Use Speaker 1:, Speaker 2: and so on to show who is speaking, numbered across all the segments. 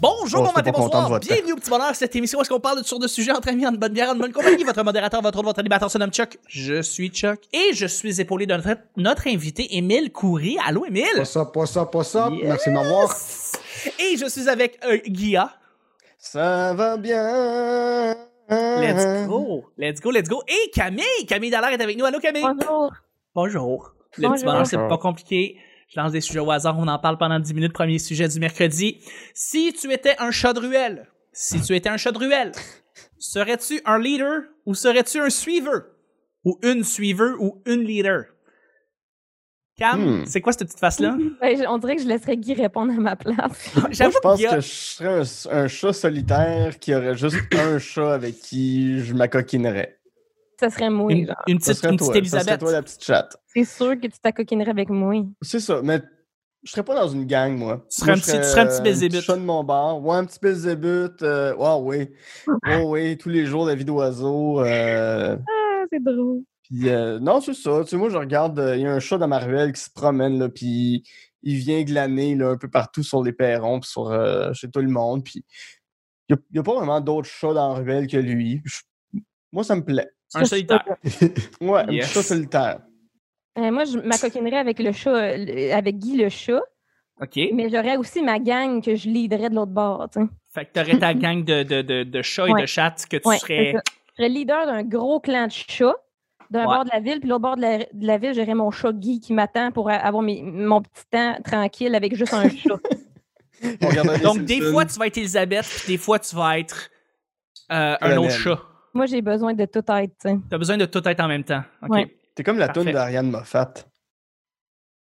Speaker 1: Bonjour, bon
Speaker 2: on serait
Speaker 1: matin,
Speaker 2: Oh, pas content de
Speaker 1: bonsoir.
Speaker 2: votre-
Speaker 1: Bienvenue au petit bonheur. Cette émission, où est-ce qu'on parle de sur de sujets entre amis, en bonne bière, en bonne compagnie? Votre modérateur, votre autre, votre animateur se nomme Chuck. Je suis Chuck. Et je suis épaulé de notre, notre invité, Émile Coury. Allô, Émile?
Speaker 3: Pas ça, pas ça, pas ça.
Speaker 2: Yes.
Speaker 3: Merci de m'avoir.
Speaker 1: Et je suis avec euh, Guilla.
Speaker 3: Ça va bien.
Speaker 4: Uh-huh.
Speaker 1: Let's go. Let's go, let's go. Et Camille. Camille Dallaire est avec nous. Allô, Camille?
Speaker 5: Bonjour.
Speaker 1: Bonjour. Le petit
Speaker 5: Bonjour.
Speaker 1: bonheur, c'est
Speaker 3: Bonjour.
Speaker 1: pas compliqué. Je lance des sujets au hasard, on en parle pendant 10 minutes, premier sujet du mercredi. Si tu étais un chat de ruelle, si tu étais un chat de ruelle, serais-tu un leader ou serais-tu un suiveur? Ou une suiveur ou une leader? Cam,
Speaker 3: Hmm.
Speaker 1: c'est quoi cette petite face-là?
Speaker 5: Ben, je- on dirait que je laisserais Guy répondre à ma place.
Speaker 3: Moi,
Speaker 1: J'avoue
Speaker 3: je pense
Speaker 1: qu'il y a-
Speaker 3: que je serais un, un chat solitaire qui aurait juste un chat avec qui je m'acoquinerais.
Speaker 5: Ça serait moi,
Speaker 1: une,
Speaker 5: genre.
Speaker 1: une
Speaker 3: Ce
Speaker 1: petite,
Speaker 3: serait
Speaker 1: une
Speaker 3: toi.
Speaker 1: petite
Speaker 3: Ce serait
Speaker 1: Elisabeth.
Speaker 3: toi, la petite chatte.
Speaker 5: C'est sûr que tu t'acoquinerais avec moi.
Speaker 3: C'est ça, mais je serais pas dans une gang, moi.
Speaker 1: Tu serais
Speaker 3: Moi,
Speaker 1: un
Speaker 3: je
Speaker 1: petit- tu serais un petit
Speaker 3: euh,
Speaker 1: Belzébuth.
Speaker 3: chat de mon bar. Ouais, un petit Belzébuth. Euh, wow, oui. Oh, oui, tous les jours, la vie d'oiseau. euh,
Speaker 5: Ah, c'est drôle.
Speaker 3: Puis, euh, non, c'est ça. Tu sais, moi, je regarde, euh, il y a un chat dans ma ruelle qui se promène, là, puis il vient glaner là, un peu partout sur les perrons, puis sur, euh, chez tout le monde. Puis, il n'y a, pas vraiment d'autres chats dans la ruelle que lui. Je- moi, ça me plaît.
Speaker 1: Un solitaire.
Speaker 3: Ouais, un
Speaker 1: Yes.
Speaker 3: petit chat solitaire.
Speaker 5: Euh, moi, je m'acoquinerais avec le chat, euh, le- avec Guy le chat,
Speaker 1: OK.
Speaker 5: mais j'aurais aussi ma gang que je leaderais de l'autre bord. tu sais.
Speaker 1: Fait que t'aurais ta gang de, de, de, de chats et
Speaker 5: Ouais.
Speaker 1: de chattes que tu
Speaker 5: Ouais,
Speaker 1: serais...
Speaker 5: c'est ça. Je serais leader d'un gros clan de chats d'un
Speaker 1: Ouais.
Speaker 5: bord de la ville, puis l'autre bord de la, de la ville, j'aurais mon chat Guy qui m'attend pour a- avoir mes- mon petit temps tranquille avec juste un chat.
Speaker 3: On regarderait les
Speaker 1: Donc, des
Speaker 3: Simpsons.
Speaker 1: fois, tu vas être Elisabeth, puis des fois, tu vas être euh, un
Speaker 3: Colonel.
Speaker 1: autre chat.
Speaker 5: moi, j'ai besoin de tout être. tu sais.
Speaker 1: T'as besoin de tout être en même temps. OK.
Speaker 5: Ouais.
Speaker 3: T'es comme la toune
Speaker 1: Parfait.
Speaker 3: d'Ariane Moffat.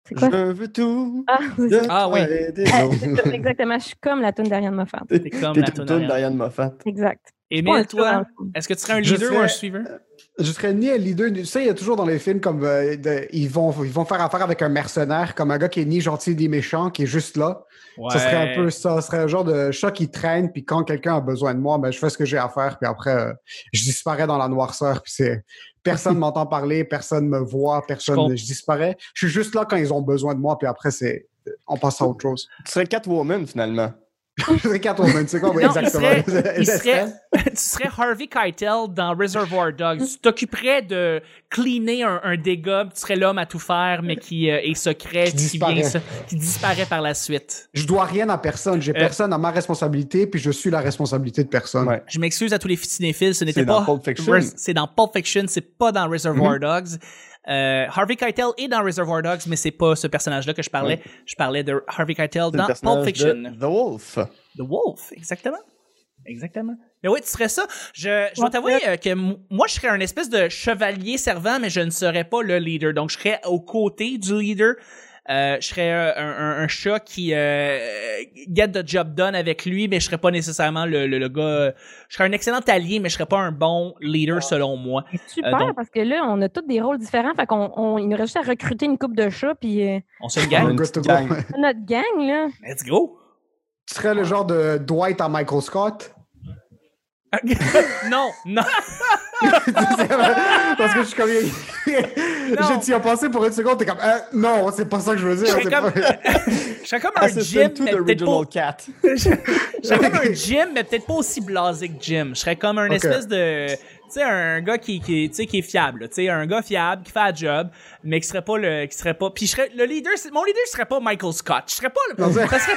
Speaker 5: C'est quoi?
Speaker 3: Je veux tout.
Speaker 5: Ah, c'est
Speaker 3: de
Speaker 5: ça.
Speaker 1: Ah,
Speaker 3: toi
Speaker 1: oui.
Speaker 3: et des
Speaker 5: Ah,
Speaker 3: autres.
Speaker 5: c'est ça, Exactement, je suis comme la toune d'Ariane Moffat.
Speaker 1: T'es comme
Speaker 3: T'es
Speaker 1: la toune
Speaker 3: une toune
Speaker 1: d'Ariane.
Speaker 3: d'Ariane Moffat.
Speaker 5: Exact. Ouais,
Speaker 1: Émile,
Speaker 5: c'est ça, dans
Speaker 1: toi,
Speaker 5: le fond.
Speaker 1: est-ce que tu serais un
Speaker 4: Je
Speaker 1: leader ou un
Speaker 4: serais-
Speaker 1: suiveur?
Speaker 4: Je serais ni un leader, ni- tu sais, il y a toujours dans les films comme euh, de- ils, vont, ils vont faire affaire avec un mercenaire, comme un gars qui est ni gentil ni méchant, qui est juste là. Ça serait un peu ça, ce serait un genre de chat qui traîne, puis quand quelqu'un a besoin de moi, ben, je fais ce que j'ai à faire, puis après, euh, je disparais dans la noirceur, puis c'est personne m'entend parler, personne me voit,
Speaker 1: Je
Speaker 4: personne,
Speaker 1: comprends.
Speaker 4: je, disparais. Je suis juste là quand ils ont besoin de moi, puis après, c'est on passe à autre chose.
Speaker 3: Tu serais Catwoman, finalement.
Speaker 4: je serais Catwoman, c'est quoi oui,
Speaker 1: Non, il
Speaker 4: exactement?
Speaker 1: serait- il serait- tu serais Harvey Keitel dans Reservoir Dogs. Tu t'occuperais de cleaner un, un dégât, tu serais l'homme à tout faire, mais qui euh, est secret,
Speaker 4: Qui
Speaker 1: qui, vient
Speaker 4: disparaît.
Speaker 1: se- qui disparaît par la suite.
Speaker 4: Je dois rien à personne, j'ai
Speaker 1: Euh,
Speaker 4: personne à ma responsabilité, puis je suis la responsabilité de personne.
Speaker 3: Ouais.
Speaker 1: Je m'excuse à tous les cinéphiles, ce n'était
Speaker 3: C'est dans
Speaker 1: pas.
Speaker 3: Pulp Fiction. Mhm.
Speaker 1: Res- C'est dans Pulp Fiction, c'est pas dans Reservoir Dogs. Euh, Harvey Keitel est dans Reservoir Dogs, mais c'est pas ce personnage-là que je parlais. Je parlais de Harvey Keitel
Speaker 3: C'est le
Speaker 1: dans Pulp
Speaker 3: personnage
Speaker 1: Fiction.
Speaker 3: de The Wolf.
Speaker 1: The Wolf, exactement. Exactement. Mais oui, tu serais ça. Je, je dois t'avouer euh, que m- moi, je serais un espèce de chevalier servant, mais je ne serais pas le leader. Donc, je serais aux côtés du leader. Euh, je serais euh, un, un- un chat qui euh, get the job done avec lui, mais je serais pas nécessairement le, le, le gars. euh, Je serais un excellent allié, mais je serais pas un bon
Speaker 3: Ah.
Speaker 1: leader selon moi.
Speaker 5: C'est super
Speaker 1: donc-
Speaker 5: parce que là, on a tous des rôles différents. Fait qu'on on- il nous reste juste à recruter une coupe de chats puis euh,
Speaker 1: On se le
Speaker 4: Un
Speaker 1: gagne.
Speaker 3: une
Speaker 4: gars
Speaker 3: petite
Speaker 4: tout gros.
Speaker 3: gang.
Speaker 5: notre gang, là.
Speaker 1: Let's go.
Speaker 4: Tu serais le genre de Dwight à Michael Scott.
Speaker 1: non, non.
Speaker 4: Parce que je suis comme. je t'y ai pensé pour une seconde, t'es comme. Euh, non, c'est pas ça que je veux dire.
Speaker 1: Je serais
Speaker 4: c'est
Speaker 1: comme,
Speaker 4: pas-
Speaker 1: je serais comme un
Speaker 3: Assistant
Speaker 1: Jim,
Speaker 3: Ah, to the
Speaker 1: mais peut-être pas
Speaker 3: original cat.
Speaker 1: Je serais comme un Jim, mais peut-être pas aussi blasé que Jim. Je serais comme un
Speaker 4: Ok.
Speaker 1: espèce de. Tu sais, un gars qui, qui, tu sais, qui est fiable. là. Tu sais, un gars fiable, qui fait la job, mais qui serait pas le. Qui serait pas. Puis je serais. Le leader, c'est- mon leader, ce serait pas Michael Scott. Je serais pas le.
Speaker 4: Non, c'est-
Speaker 1: Ça serait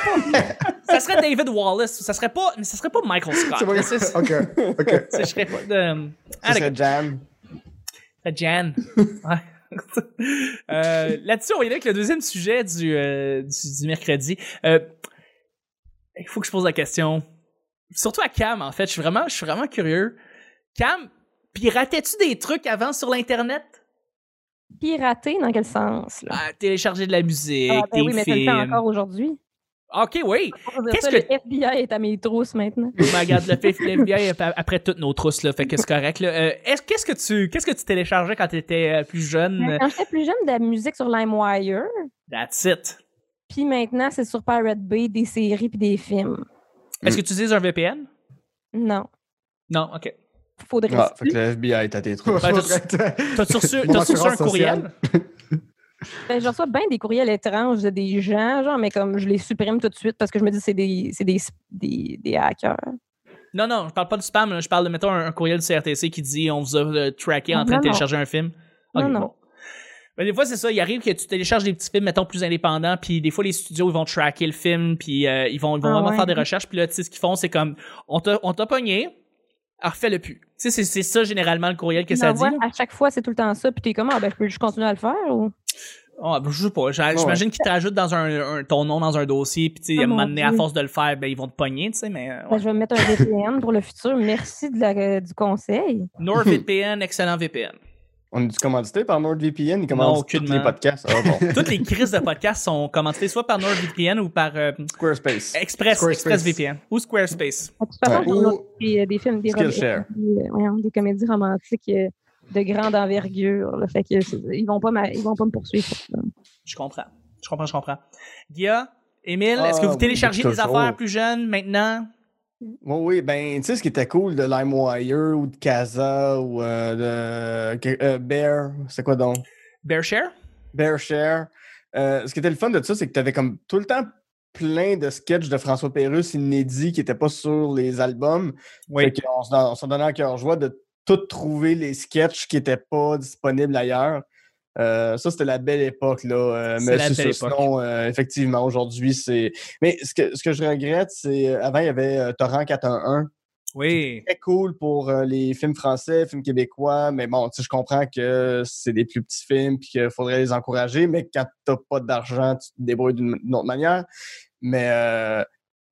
Speaker 1: pas. ça serait David Wallace. Ça serait pas. Mais ça serait pas Michael Scott.
Speaker 4: c'est pas-
Speaker 1: Tu sais,
Speaker 4: Ok, ok.
Speaker 1: Je serais pas de.
Speaker 3: Ce
Speaker 1: Ah,
Speaker 3: serait Jam.
Speaker 1: la Jan. Ouais. Euh, Là-dessus, on y va avec le deuxième sujet du, euh, du, du mercredi. Euh, Il faut que je pose la question. Surtout à Cam, en fait. Je suis vraiment, je suis vraiment curieux. Cam, piratais-tu des trucs avant sur l'Internet?
Speaker 5: Pirater, dans quel sens, là?
Speaker 1: Ah, télécharger de la musique,
Speaker 5: Ah, ben
Speaker 1: des
Speaker 5: oui, mais ça le fait
Speaker 1: films.
Speaker 5: encore aujourd'hui.
Speaker 1: OK, oui.
Speaker 5: Pour dire
Speaker 1: Qu'est-ce
Speaker 5: ça,
Speaker 1: que-
Speaker 5: Le FBI est à mes trousses maintenant.
Speaker 1: Oh my God, le fait- le FBI ap- après toutes nos trousses, là, fait que c'est correct. là. Euh, est-ce- Qu'est-ce que tu qu'est-ce que tu téléchargeais quand tu étais plus jeune?
Speaker 5: Quand j'étais plus jeune, de la musique sur LimeWire.
Speaker 1: That's it.
Speaker 5: Puis maintenant, c'est sur Pirate Bay, des séries puis des films.
Speaker 1: Est-ce que tu utilises un VPN?
Speaker 5: Non.
Speaker 1: Non, OK.
Speaker 5: Faudrait.
Speaker 3: Ah, fait que le FBI est à tes trous.
Speaker 1: t'as-
Speaker 4: Je voudrais-
Speaker 1: T'as-tu reçu,
Speaker 4: Mon
Speaker 1: t'as-tu reçu un
Speaker 4: assurance sociale.
Speaker 1: courriel?
Speaker 5: Ben, je reçois bien des courriels étranges de des gens, genre, mais comme je les supprime tout de suite parce que je me dis c'est des, c'est des, des, des hackers.
Speaker 1: Non, non, je parle pas du spam. là. Je parle de, mettons, un, un courriel du CRTC qui dit on vous a euh, traqué en
Speaker 5: Non,
Speaker 1: train de
Speaker 5: non.
Speaker 1: télécharger un film. Ok,
Speaker 5: Non, non.
Speaker 1: bon. Mais des fois, c'est ça. Il arrive que tu télécharges des petits films, mettons, plus indépendants, puis des fois, les studios, ils vont traquer le film, puis euh, ils vont, ils vont
Speaker 5: Ah
Speaker 1: vraiment
Speaker 5: ouais.
Speaker 1: faire des recherches, puis là, tu sais, ce qu'ils font, c'est comme on t'a on t'a pogné, refais-le plus. Tu sais, c'est- c'est ça, généralement, le courriel que
Speaker 5: Ils
Speaker 1: ça dit.
Speaker 5: l'envoient
Speaker 1: là.
Speaker 5: À chaque fois, c'est tout le temps ça. Puis t'es comme, ah, ben, je peux juste continuer à le faire ou.
Speaker 1: Ah, ben, je sais pas. j'a-
Speaker 3: Ouais.
Speaker 1: J'imagine qu'ils te rajoutent dans un, un- ton nom dans un dossier, puis tu sais,
Speaker 5: Ah,
Speaker 1: à un
Speaker 5: mon
Speaker 1: moment donné, à
Speaker 5: Dieu.
Speaker 1: force de le faire, ben, ils vont te pogner, tu sais, mais. euh,
Speaker 5: Ben,
Speaker 1: ouais.
Speaker 5: je vais me mettre un VPN pour le futur. Merci de la- euh, du conseil.
Speaker 1: NordVPN, excellent VPN.
Speaker 3: On est-tu commandité par NordVPN? Ils commandent tous
Speaker 1: aucunement.
Speaker 3: les podcasts. Ah bon.
Speaker 1: Toutes les crises de podcast sont commentées soit par NordVPN ou par euh,
Speaker 3: Squarespace.
Speaker 1: Express,
Speaker 4: Squarespace.
Speaker 1: Express VPN ou Squarespace.
Speaker 5: De toute façon,
Speaker 3: Ouais.
Speaker 5: j'en ai
Speaker 4: Ou-
Speaker 5: aussi, euh, des films, des, rom-
Speaker 3: Skillshare.
Speaker 5: des, euh, voyons, des comédies romantiques euh, de grande envergure. là. fait que c'est- ils vont pas m'a- ils vont pas me poursuivre. pour ça.
Speaker 1: Je comprends. Je comprends, je comprends. Guilla, Émile, est-ce que
Speaker 3: Ah,
Speaker 1: vous téléchargez des
Speaker 3: toujours.
Speaker 1: affaires plus jeunes maintenant?
Speaker 3: Oui, oui, ben, tu sais, ce qui était cool de LimeWire ou de Casa ou euh, de que- euh, Bear, c'est quoi donc?
Speaker 1: BearShare?
Speaker 3: BearShare. Euh, ce qui était le fun de ça, c'est que tu avais comme tout le temps plein de sketchs de François Pérus inédits qui n'étaient pas sur les albums. Fait qu'on se- on s'en donnait en cœur joie de tout trouver les sketchs qui n'étaient pas disponibles ailleurs. Euh, ça, c'était la belle époque, là. euh,
Speaker 1: C'est
Speaker 3: mais
Speaker 1: la
Speaker 3: c'est
Speaker 1: belle
Speaker 3: ça,
Speaker 1: époque.
Speaker 3: sinon, euh, effectivement, aujourd'hui, c'est. Mais ce que, ce que je regrette, c'est. euh, Avant, il y avait euh, Torrent 411
Speaker 1: Oui.
Speaker 3: très cool pour euh, les films français, films québécois, mais bon, tu sais, je comprends que c'est des plus petits films puis qu'il faudrait les encourager, mais quand t'as pas d'argent, tu te débrouilles d'une d'une autre manière. Mais euh,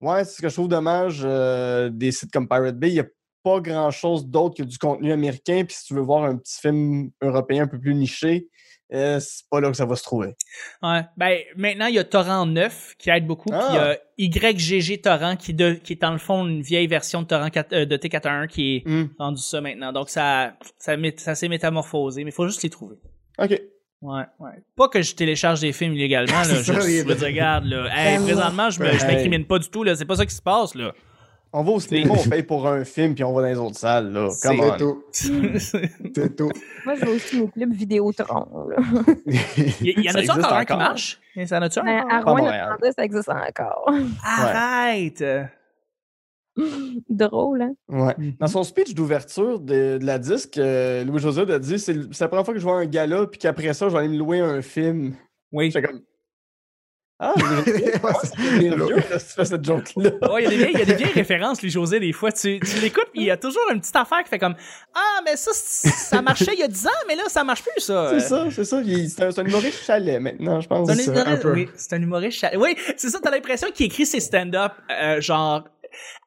Speaker 3: ouais, c'est ce que je trouve dommage euh, des sites comme Pirate Bay, il n'y a pas grand chose d'autre que du contenu américain, puis si tu veux voir un petit film européen un peu plus niché, euh, c'est pas là que ça va se trouver.
Speaker 1: Ouais. Ben, maintenant, il y a Torrent 9 qui aide beaucoup.
Speaker 3: Ah.
Speaker 1: Puis il y a YGG Torrent qui, de- qui est dans le fond une vieille version de, Torrent quatre- euh, de T411 qui est
Speaker 3: Hmm.
Speaker 1: rendu ça maintenant. Donc, ça, ça, mé- ça s'est métamorphosé, mais il faut juste les trouver.
Speaker 3: OK.
Speaker 1: Ouais, ouais. Pas que je télécharge des films illégalement, là.
Speaker 4: C'est
Speaker 1: Juste,
Speaker 4: ça, il est-
Speaker 1: je veux dire, regarde, là. Hey,
Speaker 5: Ben,
Speaker 1: présentement, je me- je
Speaker 3: ouais.
Speaker 1: m'incrimine pas du tout, là. C'est pas ça qui se passe, là.
Speaker 3: On va au cinéma, on paye pour un film, puis on va dans les autres salles, là.
Speaker 1: C'est-
Speaker 3: Come
Speaker 4: C'est
Speaker 3: on.
Speaker 4: tout. C'est tout.
Speaker 5: Moi, je vais aussi au club Vidéotron. là.
Speaker 1: Il y, y en
Speaker 3: Ça
Speaker 1: a-tu encore,
Speaker 3: existe
Speaker 1: un qui
Speaker 3: encore.
Speaker 1: marche? Il y en a-tu un
Speaker 5: Mais
Speaker 1: encore?
Speaker 5: Ben, à Rouen,
Speaker 3: Montréal.
Speaker 5: notre ça existe encore.
Speaker 1: Arrête!
Speaker 5: Drôle, hein?
Speaker 3: Ouais.
Speaker 1: Mhm.
Speaker 3: Dans son speech d'ouverture de, de la disque, euh, Louis José a dit c'est le- c'est la première fois que je vois un gala, puis qu'après ça, je vais aller me louer un film.
Speaker 1: Oui.
Speaker 3: J'étais comme Ah, Louis-José, il est vieux,
Speaker 4: Ouais,
Speaker 3: là, si tu fais cette joke-là.
Speaker 1: Ouais, Oh, il y a des vieilles- il y, a des vieilles références, les José, des fois. Tu, tu l'écoutes, puis il y a toujours une petite affaire qui fait comme Ah, mais ça, c- ça marchait il y a 10 ans, mais là, ça marche plus, ça.
Speaker 3: C'est ça, c'est ça. il- C'est un, c'est un humoriste chalet maintenant, je pense.
Speaker 1: C'est un
Speaker 4: ça,
Speaker 1: humoriste-
Speaker 4: un peu.
Speaker 1: oui, c'est un humoriste. cha- Oui, c'est ça, t'as l'impression qu'il écrit ses stand-up, euh, genre,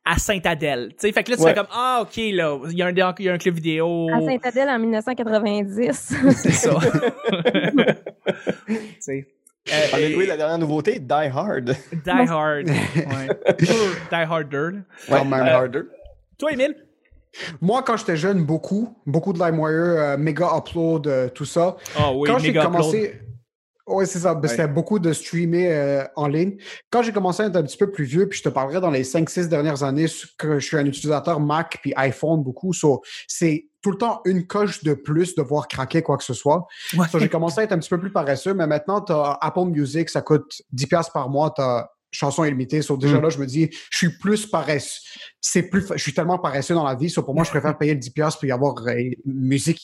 Speaker 1: à Sainte-Adèle. Tu sais, fait que là, tu
Speaker 3: Ouais.
Speaker 1: fais comme, ah, ok, là, il y a un, il y a un club vidéo.
Speaker 5: À Saint-Adèle en 1990.
Speaker 1: C'est ça. Tu sais. Euh,
Speaker 3: On a
Speaker 1: et-
Speaker 3: loué la dernière nouveauté, Die Hard.
Speaker 1: Die Hard. Ouais. Die Harder. là.
Speaker 4: quand même.
Speaker 3: Die Harder.
Speaker 1: Toi, Emile?
Speaker 4: Moi, quand j'étais jeune, beaucoup, beaucoup de LimeWire, euh, méga upload, euh, tout ça.
Speaker 1: Ah oui,
Speaker 4: quand j'ai
Speaker 1: méga upload.
Speaker 4: commencé. Oui, c'est ça. ben,
Speaker 3: Ouais.
Speaker 4: C'était beaucoup de streamer euh, en ligne. Quand j'ai commencé à être un petit peu plus vieux, puis je te parlerai dans les 5-6 dernières années su- que je suis un utilisateur Mac puis iPhone beaucoup. So, c'est tout le temps une coche de plus de voir craquer quoi que ce soit.
Speaker 1: Ouais.
Speaker 4: So, j'ai commencé à être un petit peu plus paresseux, mais maintenant, tu as Apple Music, ça coûte 10$ par mois, tu as chanson illimitée. So, déjà
Speaker 3: Mm.
Speaker 4: là, je me dis, je suis plus paresseux. C'est plus, fa- je suis tellement paresseux dans la vie. So, pour moi, je préfère payer le 10$ puis avoir euh, musique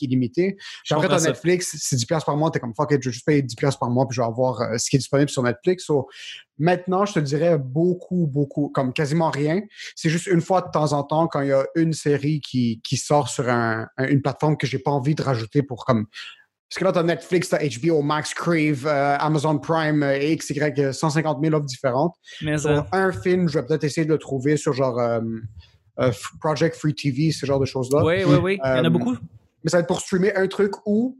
Speaker 1: Je
Speaker 4: illimitée. Puis après,
Speaker 1: comprends
Speaker 4: t'as
Speaker 1: ça.
Speaker 4: Netflix, c'est 10$ par mois, t'es comme fuck it, je vais juste payer 10$ par mois, puis je vais avoir euh, ce qui est disponible sur Netflix. So, maintenant, je te dirais beaucoup, beaucoup, comme quasiment rien. C'est juste une fois de temps en temps, quand il y a une série qui, qui sort sur un- un- une plateforme que j'ai pas envie de rajouter pour comme. Parce que là, t'as Netflix, t'as HBO Max, Crave, euh, Amazon Prime, euh, XY, euh, 150 000 offres différentes.
Speaker 1: Mais euh,
Speaker 4: Sur
Speaker 1: ça.
Speaker 4: un film, je vais peut-être essayer de le trouver sur genre euh, euh, F- Project Free TV, ce genre de choses-là.
Speaker 1: Oui, oui, oui. Il y en a
Speaker 4: Euh,
Speaker 1: beaucoup.
Speaker 4: Mais ça va être pour streamer un truc où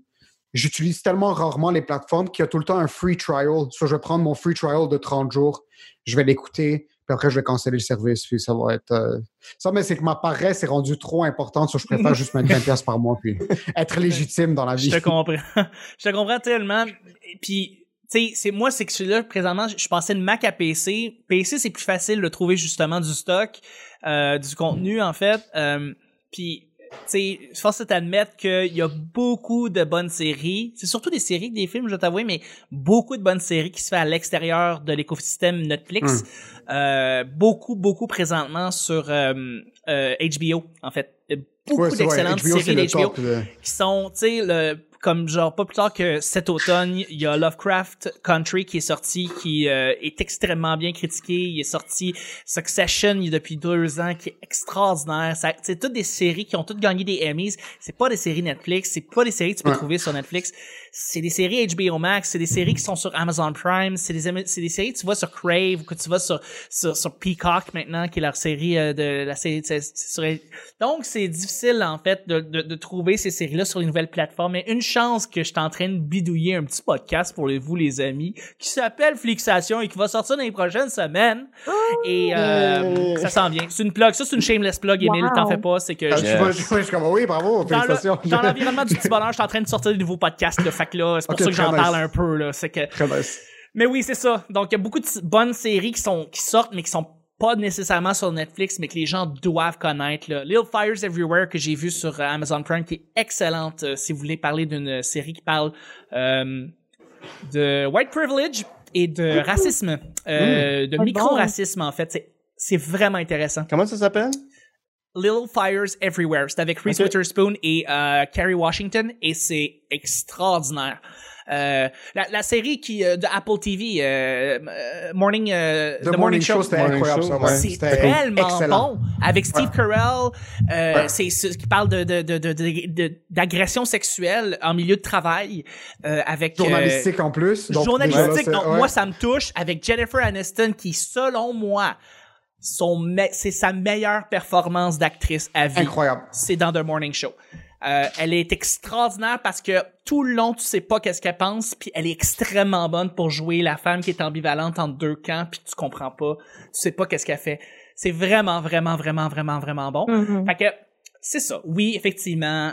Speaker 4: j'utilise tellement rarement les plateformes qu'il y a tout le temps un free trial. Soit je vais prendre mon free trial de 30 jours, je vais l'écouter, puis après je vais canceller le service. Puis ça va être. euh, Ça, mais c'est que ma paresse est rendue trop importante, soit je préfère juste mettre 20$ par mois, puis être légitime dans la
Speaker 1: Je
Speaker 4: vie.
Speaker 1: te comprends. je te comprends tellement. Puis, tu sais, c'est moi, c'est que celui-là, présentement, je passais de Mac à PC. PC, c'est
Speaker 4: Mm.
Speaker 1: plus facile de trouver justement du stock, euh, du contenu, en fait. Euh, puis, sais, force est d'admettre qu'il y a beaucoup de bonnes séries. C'est surtout des séries que des films, je dois t'avouer, mais beaucoup de bonnes séries qui se fait à l'extérieur de l'écosystème Netflix.
Speaker 4: Mm.
Speaker 1: Euh, beaucoup, beaucoup présentement sur euh, euh, HBO, en fait. Euh, Beaucoup
Speaker 4: Ouais, c'est vrai,
Speaker 1: d'excellentes
Speaker 4: HBO, c'est
Speaker 1: séries
Speaker 4: le
Speaker 1: d'HBO
Speaker 4: top, euh,
Speaker 1: qui sont, tu sais, le- comme genre pas plus tard que cet automne, il y a Lovecraft Country qui est sorti, qui euh, est extrêmement bien critiqué. Il est sorti Succession il y a depuis deux ans, qui est extraordinaire. Ça- C'est toutes des séries qui ont toutes gagné des Emmys. C'est pas des séries Netflix, c'est pas des séries que tu peux
Speaker 4: Ouais.
Speaker 1: trouver sur Netflix. C'est des séries HBO Max, c'est des séries qui sont sur Amazon Prime, c'est des, émi- c'est des séries que tu vois sur Crave, que tu vois sur, sur, sur Peacock maintenant, qui est leur série euh, de la série. c'est- c'est sur- donc, c'est difficile, en fait, de, de, de trouver ces séries-là sur les nouvelles plateformes. Mais une chance que je suis en train de bidouiller un petit podcast pour les- vous, les amis, qui s'appelle Flixation et qui va sortir dans les prochaines semaines. Et euh,
Speaker 3: Yeah.
Speaker 1: ça s'en vient. C'est une plug. Ça, c'est une shameless plug, Emile.
Speaker 5: Wow.
Speaker 1: T'en fais pas. C'est que
Speaker 4: ah,
Speaker 1: je-
Speaker 4: Je suis pas- je suis pas- je suis comme, oui, bravo,
Speaker 1: dans
Speaker 4: félicitations.
Speaker 1: le- dans l'environnement du petit bonheur, je suis en train de sortir des nouveaux podcasts. Le fac là, c'est pour
Speaker 4: Ok,
Speaker 1: ça que j'en
Speaker 4: très nice.
Speaker 1: parle un peu. Là. C'est que
Speaker 4: Très nice.
Speaker 1: mais oui, c'est ça. Donc, il y a beaucoup de s- bonnes séries qui, sont, qui sortent, mais qui sont pas nécessairement sur Netflix, mais que les gens doivent connaître. Là. Little Fires Everywhere, que j'ai vu sur euh, Amazon Prime, qui est excellente. euh, si vous voulez parler d'une série qui parle euh, de white privilege et de racisme, euh, de
Speaker 5: Pas de
Speaker 1: micro-racisme, en fait. C'est- C'est vraiment intéressant.
Speaker 3: Comment ça s'appelle?
Speaker 1: Little Fires Everywhere. C'est avec Reese
Speaker 3: Ok.
Speaker 1: Witherspoon et euh, Kerry Washington et c'est extraordinaire. Euh, la, la série qui euh, de Apple TV, euh, euh, Morning, euh,
Speaker 4: The, Morning Show, c'était
Speaker 3: Morning
Speaker 4: incroyable,
Speaker 3: Show,
Speaker 4: ça.
Speaker 3: ouais.
Speaker 4: ouais.
Speaker 1: c'est
Speaker 4: C'était
Speaker 1: tellement
Speaker 4: excellent.
Speaker 1: bon avec Steve Carell euh, c'est ce qui parle de de- de- de- de- de- d'agression sexuelle en milieu de travail euh, avec euh,
Speaker 4: Journalistique en plus. donc
Speaker 1: journalistique.
Speaker 4: déjà, là,
Speaker 1: Donc,
Speaker 4: c'est- ouais.
Speaker 1: moi, ça me touche avec Jennifer Aniston, qui, selon moi, son me- c'est sa meilleure performance d'actrice à vie.
Speaker 4: Incroyable.
Speaker 1: C'est dans The Morning Show. Euh, elle est extraordinaire parce que tout le long, tu sais pas qu'est-ce qu'elle pense, puis elle est extrêmement bonne pour jouer la femme qui est ambivalente entre deux camps, puis tu comprends pas, tu sais pas qu'est-ce qu'elle fait. C'est vraiment, vraiment, vraiment, vraiment, vraiment bon.
Speaker 5: Mhm.
Speaker 1: Fait que, c'est ça. Oui, effectivement, euh,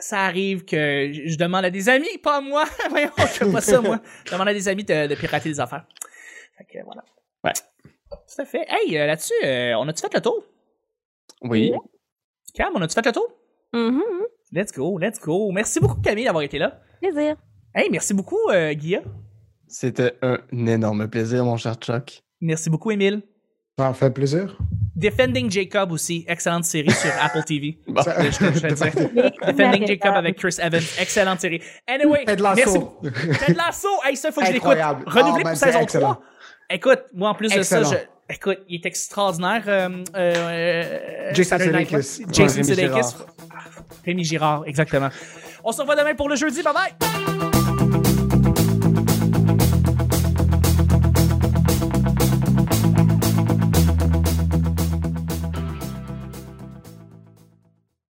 Speaker 1: ça arrive que je je demande à des amis, pas à moi. Voyons, je fais pas ça, moi. Je demande à des amis de, de pirater des affaires. Fait que, voilà.
Speaker 3: Ouais.
Speaker 1: Tout à fait. Hey, euh, là-dessus, euh, on a-tu fait le tour?
Speaker 3: Oui.
Speaker 1: Cam, on a-tu fait le tour?
Speaker 5: Mhm.
Speaker 1: Let's go, let's go. Merci beaucoup, Camille, d'avoir été là.
Speaker 5: Plaisir.
Speaker 1: Hey, merci beaucoup, euh, Guilla.
Speaker 3: C'était un énorme plaisir, mon cher Chuck.
Speaker 1: Merci beaucoup, Émile.
Speaker 4: Ça me fait plaisir.
Speaker 1: Defending Jacob aussi, excellente série sur Apple TV.
Speaker 3: Bon.
Speaker 4: Ça-
Speaker 1: Je vais dire. Defending Jacob avec Chris Evans, excellente série. Anyway,
Speaker 4: Ted
Speaker 1: merci
Speaker 4: Lasso.
Speaker 1: Ted Lasso, hey, ça, faut que je l'écoute.
Speaker 4: Incroyable. Ah,
Speaker 1: Renouvelé
Speaker 4: man,
Speaker 1: pour
Speaker 4: c'est
Speaker 1: saison
Speaker 4: excellent.
Speaker 1: 3. Écoute, moi, en plus de
Speaker 4: Excellent.
Speaker 1: ça, je... écoute, il est extraordinaire. euh, euh, euh,
Speaker 4: Jason
Speaker 1: Saturday Night
Speaker 4: Sudeikis.
Speaker 1: Live. Jason
Speaker 3: Ouais, Rémi
Speaker 1: Sudeikis.
Speaker 3: Girard.
Speaker 1: Ah, Rémi Girard, exactement. On se revoit demain pour le jeudi. Bye bye!